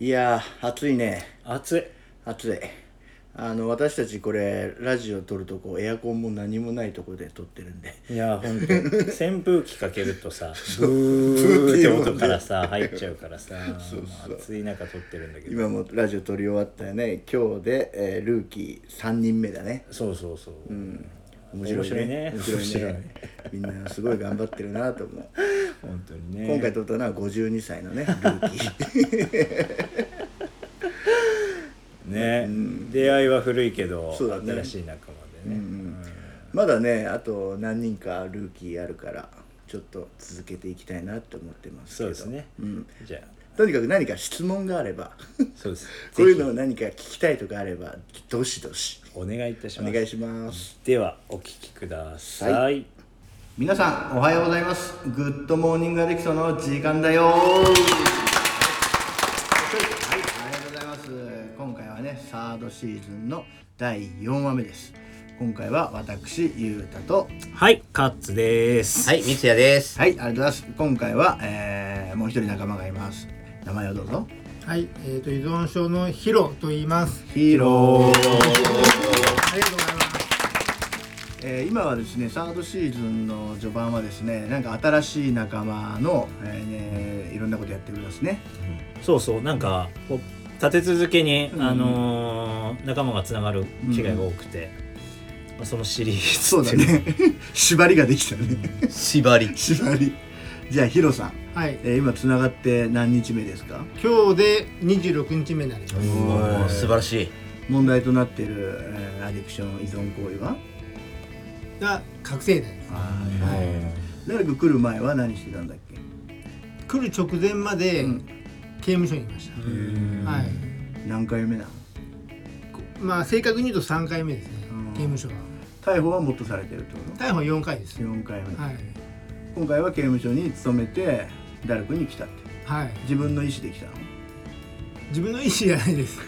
いやー暑いね暑い暑いあの私たちこれラジオ撮るとこエアコンも何もないとこで撮ってるんでいやほん と扇風機かけるとさブーって音か らさ入っちゃうからさそうそう暑い中撮ってるんだけど今もラジオ撮り終わったよね今日で、えールーキー3人目だねそうそうそう、面白いね面白いね面白いねみんなすごい頑張ってるな と思う本当にね今回撮ったのは52歳のねルーキ ーね、出会いは古いけど、そうだね新しい仲間でね、まだねあと何人かルーキーあるからちょっと続けていきたいなと思ってますけそうどですね、んじゃとにかく何か質問があればあそうですこういうぜの何か聞きたいとかあればどしどしひお願いいたしおます願いしますではお聞きください、は皆さんおはようございますグッドモーニングアディクションの時間だよはいおはようございます今回はねサードシーズンの第4話目です今回は私ゆうたとはいカッツです、はい、三ツ矢です。はいありがとうございます今回は、えーもう一人仲間がいます名前をどうぞはい、えー、と依存症のヒロと言います。ヒーローありがとうございます。えー今はですねサードシーズンの序盤はですねなんか新しい仲間の、えーねいろんなことやってくれますねそうそうなんかこう立て続けに、あのー仲間がつながる機会が多くて、まあそのシリそーうズだっていうね 縛りができたね縛り。 縛りじゃあヒロさん、はい、えー今つながって何日目ですか今日で二十六日目になります。おお、素晴らしい。問題となっている、えーアディクション依存行為はが覚醒剤です。大学来る前は何してたんだっけ来る直前までうん刑務所にいました。はい。何回目なのこまあ正確に言うと三回目ですねうん。刑務所は。逮捕はもっとされてるってこ逮捕は四回ですと。4回目、はい。今回は刑務所に勤めて大学に来たってはい。自分の意思で来たの 自分の意思じゃないです。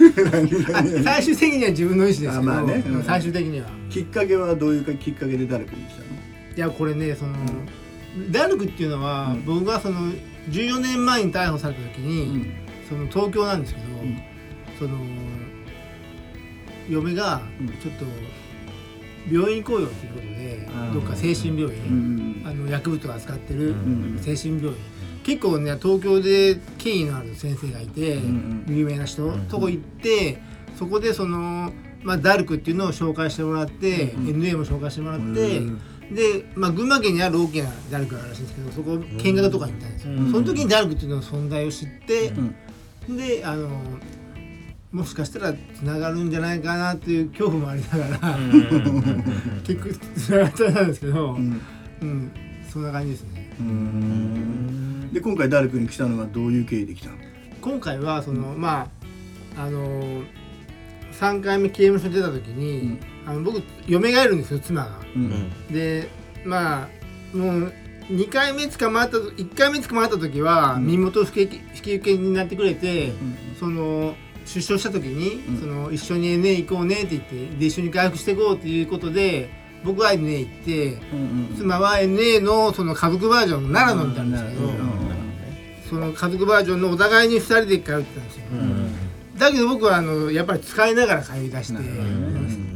あ最終的には自分の意思ですけあど、まあねうん最終的には。きっかけはどういうかきっかけで誰かに来たのいやこれねその、ダルクっていうのは、僕がその14年前に逮捕された時に、んその東京なんですけど、んその嫁がうんちょっと病院行こうよっていうことで、あーどっか精神病う院、んあの薬物を扱ってるん精神病院、結構ね東京で権威のある先生がいて、ん有名な人、とこ行ってそこでその、まあ、ダルクっていうのを紹介してもらって、NA も紹介してもらって、で、まあ、群馬県にある大きなダルクがあるらしいんですけどそこ見学とか行ったんですよ、その時にダルクっていうのの存在を知って、であのもしかしたらつながるんじゃないかなっていう恐怖もありながら、結局つながったんですけど、うんそんな感じですね。うんで今回ダルクに来たのはどういう経緯で来たの今回はその、まああのー、3回目刑務所出た時に、あの僕嫁がいるんですよ妻が。うんでまあもう2回目捕まった1回目捕まった時は身元不引き引き受けになってくれて、その出所した時に、その一緒に NA 行こうねって言ってで一緒に回復していこうっていうことで僕は NA 行ってうん妻は NA のその家族バージョンの奈良のみたいなんですけど。うその家族バージョンのお互いに2人で通ってたんですよ、だけど僕はあのやっぱり使いながら通い出して、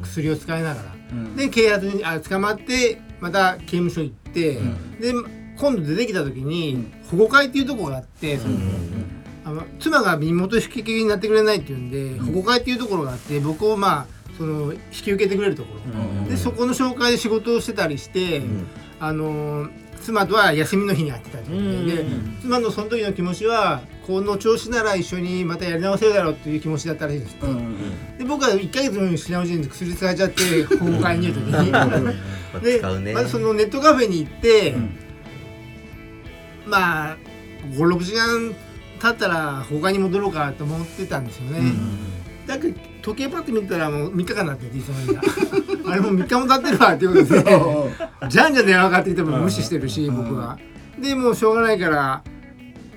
薬を使いながら、んで警察にあ捕まってまた刑務所行って、で今度出てきた時に保護会っていうところがあって、そのあの妻が身元引き受けになってくれないっていうんで、保護会っていうところがあって僕をまあその引き受けてくれるところ、でそこの紹介で仕事をしてたりして、あのー妻とは休みの日に会ってたりとかでで妻のその時の気持ちはこの調子なら一緒にまたやり直せるだろうっていう気持ちだったらしいんですって、で僕は1か月のしなうちに薬使えちゃって崩壊にいる時にで 使うね。まずそのネットカフェに行って、まあ56時間経ったら他に戻ろうかと思ってたんですよね、だけど時計パッて見たらもう3日間なってていつの間 にかあれもう3日も経ってるわっていうこと でじゃんじゃん電話かかってきても無視してるし、僕は。でもうしょうがないから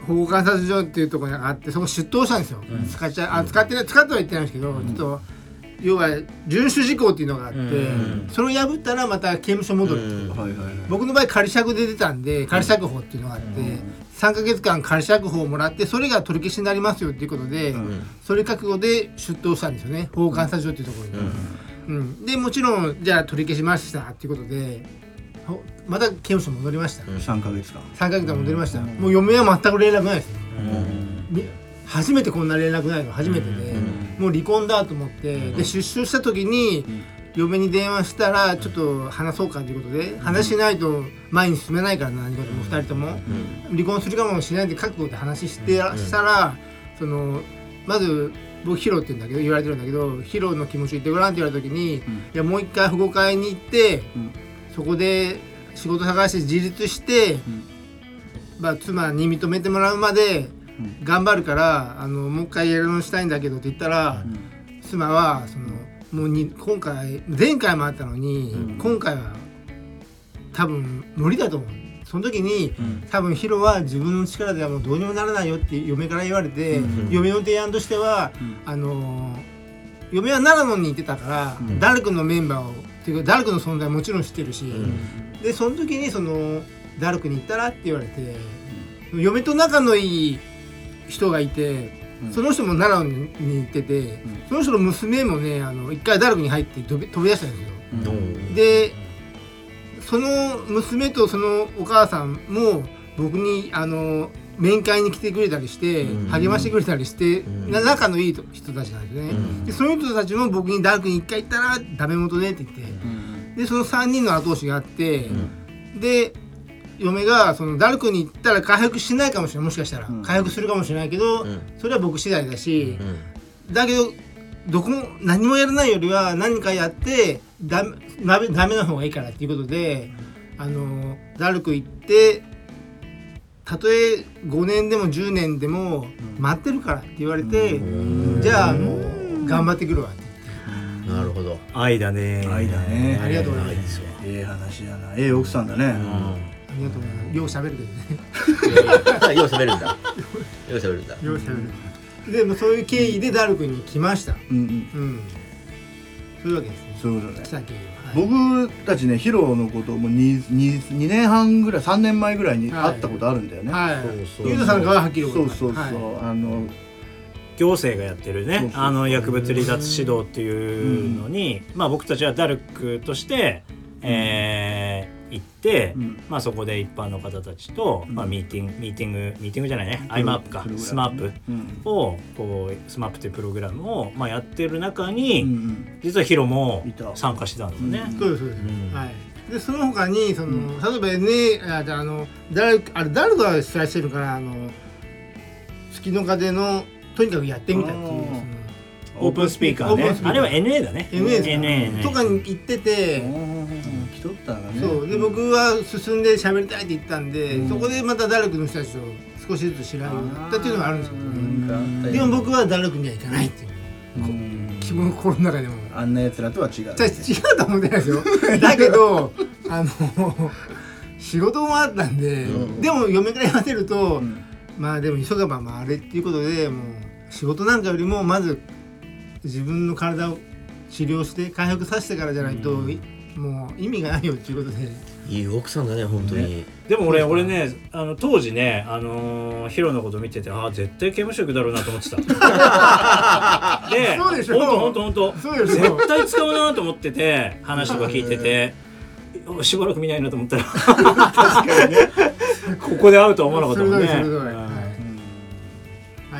保護観察所っていうところがあってそこ出頭したんですよ、使っちゃあ使ってない使っては言ってないんですけど、ちょっと要は遵守事項っていうのがあって、それを破ったらまた刑務所戻るっていう、はいはいはい僕の場合仮釈で出たんで仮釈法っていうのがあって、 3ヶ月間仮釈放をもらってそれが取り消しになりますよっていうことで、うんそれ覚悟で出頭したんですよね法官スタジオっていうところに。うんでもちろんじゃあ取り消しましたっていうことでほまた刑務所戻りました、うん3ヶ月間3ヶ月間戻りました、もう嫁は全く連絡ないですねうんみ初めてこんな連絡ないの初めてで、もう離婚だと思って、で出所した時に、嫁に電話したらちょっと話そうかということで、話しないと前に進めないからな何かとも2人とも、離婚するかもしれないって覚悟で話して、したらそのまず僕ヒロって言うんだけど言われてるんだけどヒロの気持ち言ってごらんって言われた時に、んいやもう一回保護会に行って、うんそこで仕事探して自立して、まあ、妻に認めてもらうまでうん頑張るからあのもう一回やり直したいんだけどって言ったら、妻はそのもうに今回前回もあったのに、うん今回は多分無理だと思うその時にうん多分ヒロは自分の力ではもうどうにもならないよって嫁から言われて、うん嫁の提案としては、うんあのー嫁は奈良野に行ってたから、うんダルクのメンバーをっていうかダルクの存在もちろん知ってるし、でその時にそのダルクに行ったらって言われて、嫁と仲のいい人がいて、うんその人も奈良にに行ってて、んその人の娘もねあの一回ダルクに入って飛び飛び出したんですよ。うんでその娘とそのお母さんも僕にあの面会に来てくれたりして、うん励ましてくれたりして、うんな仲のいい人たちなんですね、うんでその人たちも僕にダルクに一回行ったらダメ元でって言って、でその3人の後押しがあって、で嫁がそのダルクに行ったら回復しないかもしれないもしかしたら、うん回復するかもしれないけど、うんそれは僕次第だし、だけどどこも何もやらないよりは何かやってダメダメダメな方がいいからっていうことで、あのダルク行ってたとえ5年でも10年でも待ってるからって言われて、じゃあもう頑張ってくるわってなるほ ど。愛だね愛だねありがとうございないま。ですすわ。ええ話やなええ奥さんだねありがとうございます。よう喋るけどね。よう喋るんだ。よう喋るんだ。ようしゃべるでもそういう経緯でダルクに来ましたうんうんうんそういうわけですねそういうことね来た経緯ははい僕たちねヒロのことも 2, 2, 2年半ぐらい3年前ぐらいにはい会ったことあるんだよね、はいそうそうゆうとさんからははっきりそう覚えそうてますそう、はいあの行政がやってるねそうそうあの薬物離脱指導っていうのに、まあ、僕たちはダルクとして、えー行って、うんまあ、そこで一般の方たちと、うんまあ、ミーティングミーティングミーティングじゃないね IMAP かプログラム SMAP うんをこう SMAP っていうプログラムを、まあ、やってる中うに、ん実はヒロもいた参加してたんだよね。そうですそうですうんはいでその他にそのう例えばねあじゃああのダルクあれダルクが主催してるからあの月の風のとにかくやってみたっていあうーオープンスピーカーオーねプンスピーカーあれは NA だねその NA です NA かとかに行っててうん来とったんだねそうで僕は進んで喋りたいって言ったんで、うんそこでまたダルクの人たちを少しずつ知らんようになったっていうのがあるんですよ、でも僕はダルクには行かないっていううん気分心の中 でもあんなやつらとは違うじゃあ違うとは思ってないですよだけどあの仕事もあったんで、うんでも嫁から言わせると、うんまあでも急がば回れっていうことでもう仕事なんかよりもまず自分の体を治療して回復させてからじゃないと、いもう意味がないよっていうことで。いい奥さんだね、本当に。でも俺俺ねあの当時ね、あのーヒロのこと見ててああ絶対刑務所行くだろうなと思 ってたでそうでしょほんとほんとほんとそうでしょ絶対使うなと思ってて話とか聞いててしばらく見ないなと思ったら ここで会うとは思わなかったもんね鋭い鋭いは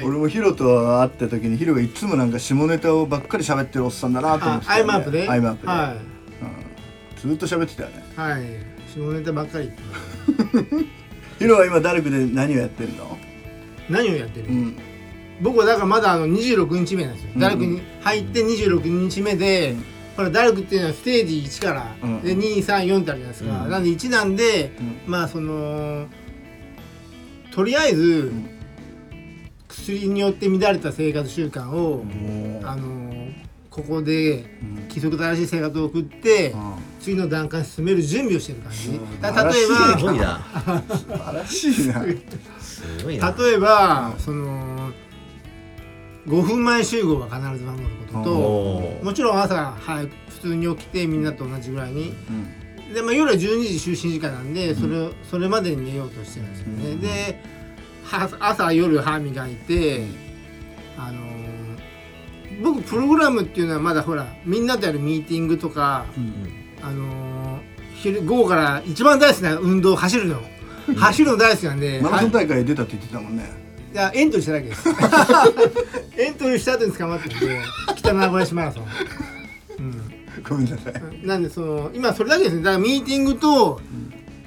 俺もヒロと会った時にヒロがいつもなんか下ネタをばっかり喋ってるおっさんだなと思あってたアよイねマップでアイマップで、はずっと喋ってたよねいはい下ネタばっかり言ってますヒロは今ダルクで何をやってんの何をやってる、うん僕はだからまだあの26日目なんですよ、うんダルクに入って26日目で、ほらダルクっていうのはステージ1から、うんで234ってあるじゃないですか、なんで1なんで、うまあそのとりあえず、ん薬によって乱れた生活習慣を、もうあのここでうん規則正しい生活を送って、うん次の段階に進める準備をしてる感じ、うんだから例えばすごいな。素晴らしい なすごいな。例えばその5分前集合は必ず守ることとおもちろん朝早く普通に起きてみんなと同じぐらいにうんで、まあ、夜は12時就寝時間なんでそれ,、それまでに寝ようとしてるんですよね、うんでは朝夜歯磨いて、あのー僕プログラムっていうのはまだほらみんなでやるミーティングとか、あのー昼午後から一番大好きな運動走るの走るの大好きなんで、マラはソいン大会出たって言ってたもんねいやエントリーしただけですエントリーした後に捕まってるんで北名古屋市マラソン、ごめんなさいうん、なんでその今それだけですねだからミーティングと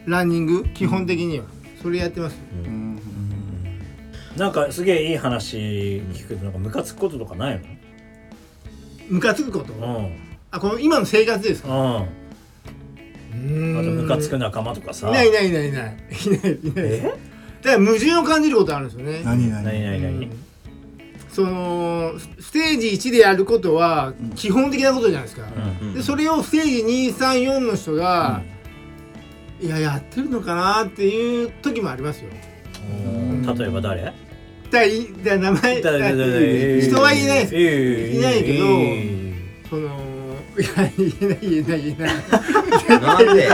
ランニング基本的には、それやってますうんなんかすげえいい話聞くけどなんかムカつくこととかないムカつくこと、のうんあこの今の生活ですかうんうーんあとムカつく仲間とかさいないいないいないいないいないいないえだから矛盾を感じることあるんですよね何々何々何うんそのステージ1でやることは基本的なことじゃないですか、々でそれをステージ234の人が、いややってるのかなっていう時もありますようん例えば誰だいだ名前だ人は言えないですいいないけどいそのいや言えない言えない言えないなんでいいよ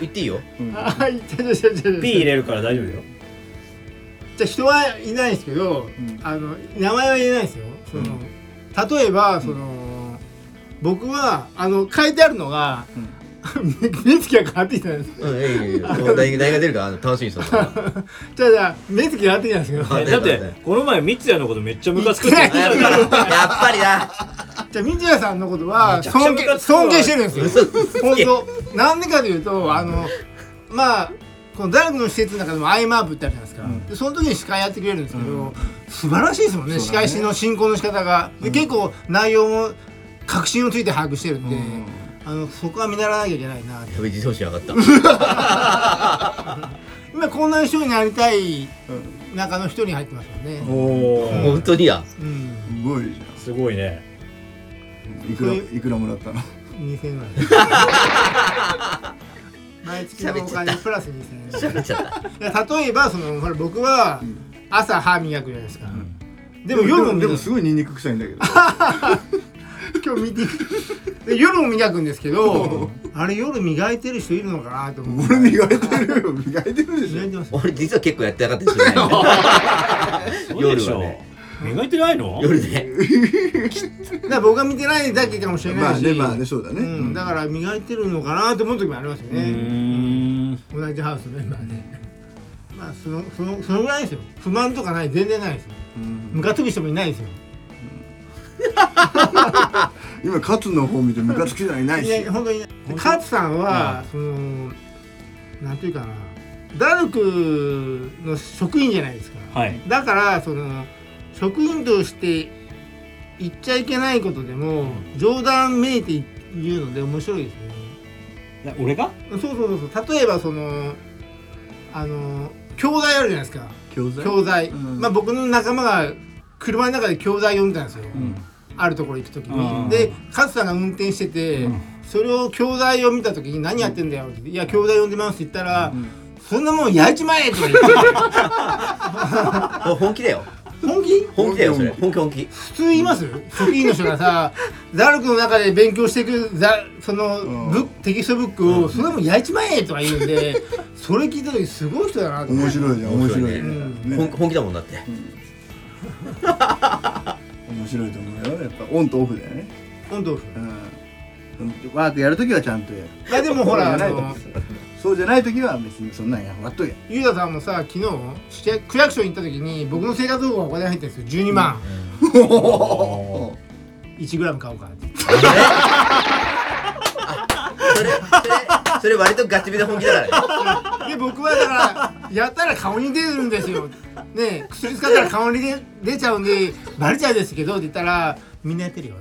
言っていいよああ言っちゃう言っちゃう言っちゃう言っちゃう P 入れるから大丈夫よじゃあ人はいないですけど、んあの名前は言えないですよその、例えばその、僕はあの書いてあるのが 目つきが変わってきたんです うんいいよいいよ大大学出るからあの楽しみにしとったからじゃあじゃあ目つきが変わってきたんですけどあえだってだってこの前三ツ矢のことめっちゃムカつくって言ってやたじゃっんぱりやっぱりだじゃあ三谷さんのことはめちゃくちゃ尊ムカ敬つくわ尊敬してるんです嘘よ本当なんでかというとあのまあこの大学の施設の中でもアイマーブってあるじゃないですか、んでその時に司会やってくれるんですけど、素晴らしいですもんね司会しの進行の仕方が、で結構内容も確信をついて把握してるんで、うんあのそこは見習わなきゃいけないなって飛び自動車上がった今こんな人になりたいうん中の人に入ってますよね、おー本当にやうん、すごいじすごいねゃんいくらいくらもらったの2000円 毎月のお金プラス2000円喋っちゃったで例えばそのほら僕は朝歯磨くじゃないですか、でも夜もで磨もくすごいニンニク臭いん だけど今日見てで夜も磨くんです けどあれ夜磨いてる人いるのかなと思って俺磨いてるよ磨いてるでし磨いょてます俺実は結構やってなかったりする ねそうでしょ夜はね磨いてないの夜ねだから僕が見てないだけかも しれまなあいし、ねまあねそうだねうんだから磨いてるのかなと思う時もありますようね、ーん同じハウスのメンバーでまあそのそのそのぐらいですよ不満とかない全然ないですようんムカつく人もいないですよ今勝の方見てムカつきじゃないないいしや本当にねで勝さんは、そのなんていうかなダルクの職員じゃないですか、はいだからその職員として言っちゃいけないことでも、冗談めいて言うので面白いですねいや俺がそうそうそうそう例えばそのあの教材あるじゃないですか教材教材、うんまあ僕の仲間が車の中で教材読んでたんですよ、うんあるところ行く時うんにで勝さんが運転してて、うんそれを教材を見た時に「何やってんだよ」って「いや教材読んでます」って言ったら「んそんなもん焼いちまえ」とか言ってお 本気だよ「本気本気だよそれ本気本気普通言います職員の人が さザルクの中で勉強していくザその、うんブックテキストブックを「そんなもん焼いちまえ」とか言うんでそれ聞いた時すごい人だなと思っ面て白いじゃん面白いね本本気だもんだって面白いと思うよやっぱオンとオフだよね本う当んワークやるときはちゃんとやるいやでもほらあそうじゃのないとそうじゃないときは別にそんなんやほらっとけゆうたさんもさ昨日市役区役所に行った時に僕の生活保護がお金入ってるんですよ12万、1グラム買おうかってそれそれそれ割とガチめで本気だからねで僕はだからやったら顔に出るんですよ。ねえ薬使ったら顔に出出ちゃうんでバレちゃうんですけどって言ったらみんなやってるよっ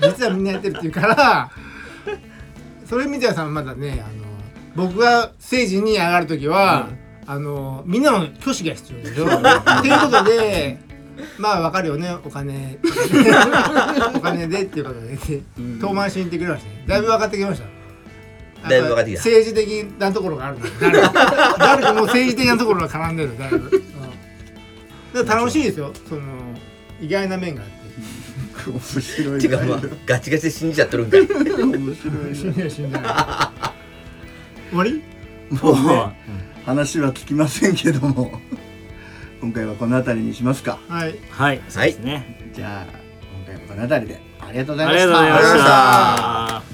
て。実はみんなやってるって言うからそれ見てさんまだねあの僕が政治に上がる時は、あのみんなの挙手が必要でしょ。っていうことでまあわかるよねお金 お金でっていうことで、遠回しに言ってくれましたね。だいぶ分かってきました。だいぶ分かってきた政治的なところがあるんだ誰か誰かもう政治的なところが絡んでるだいぶ、うんだから楽しいですよその意外な面があって 面白いてかまあガチガチで信じちゃっとるんかい 面白い死んだら死んだら終わりもうね話は聞きませんけども今回はこの辺りにしますかはいはい、そうですね。じゃあ今回はこの辺りでありがとうございあまりしがとうござたいまありがとうございし。ました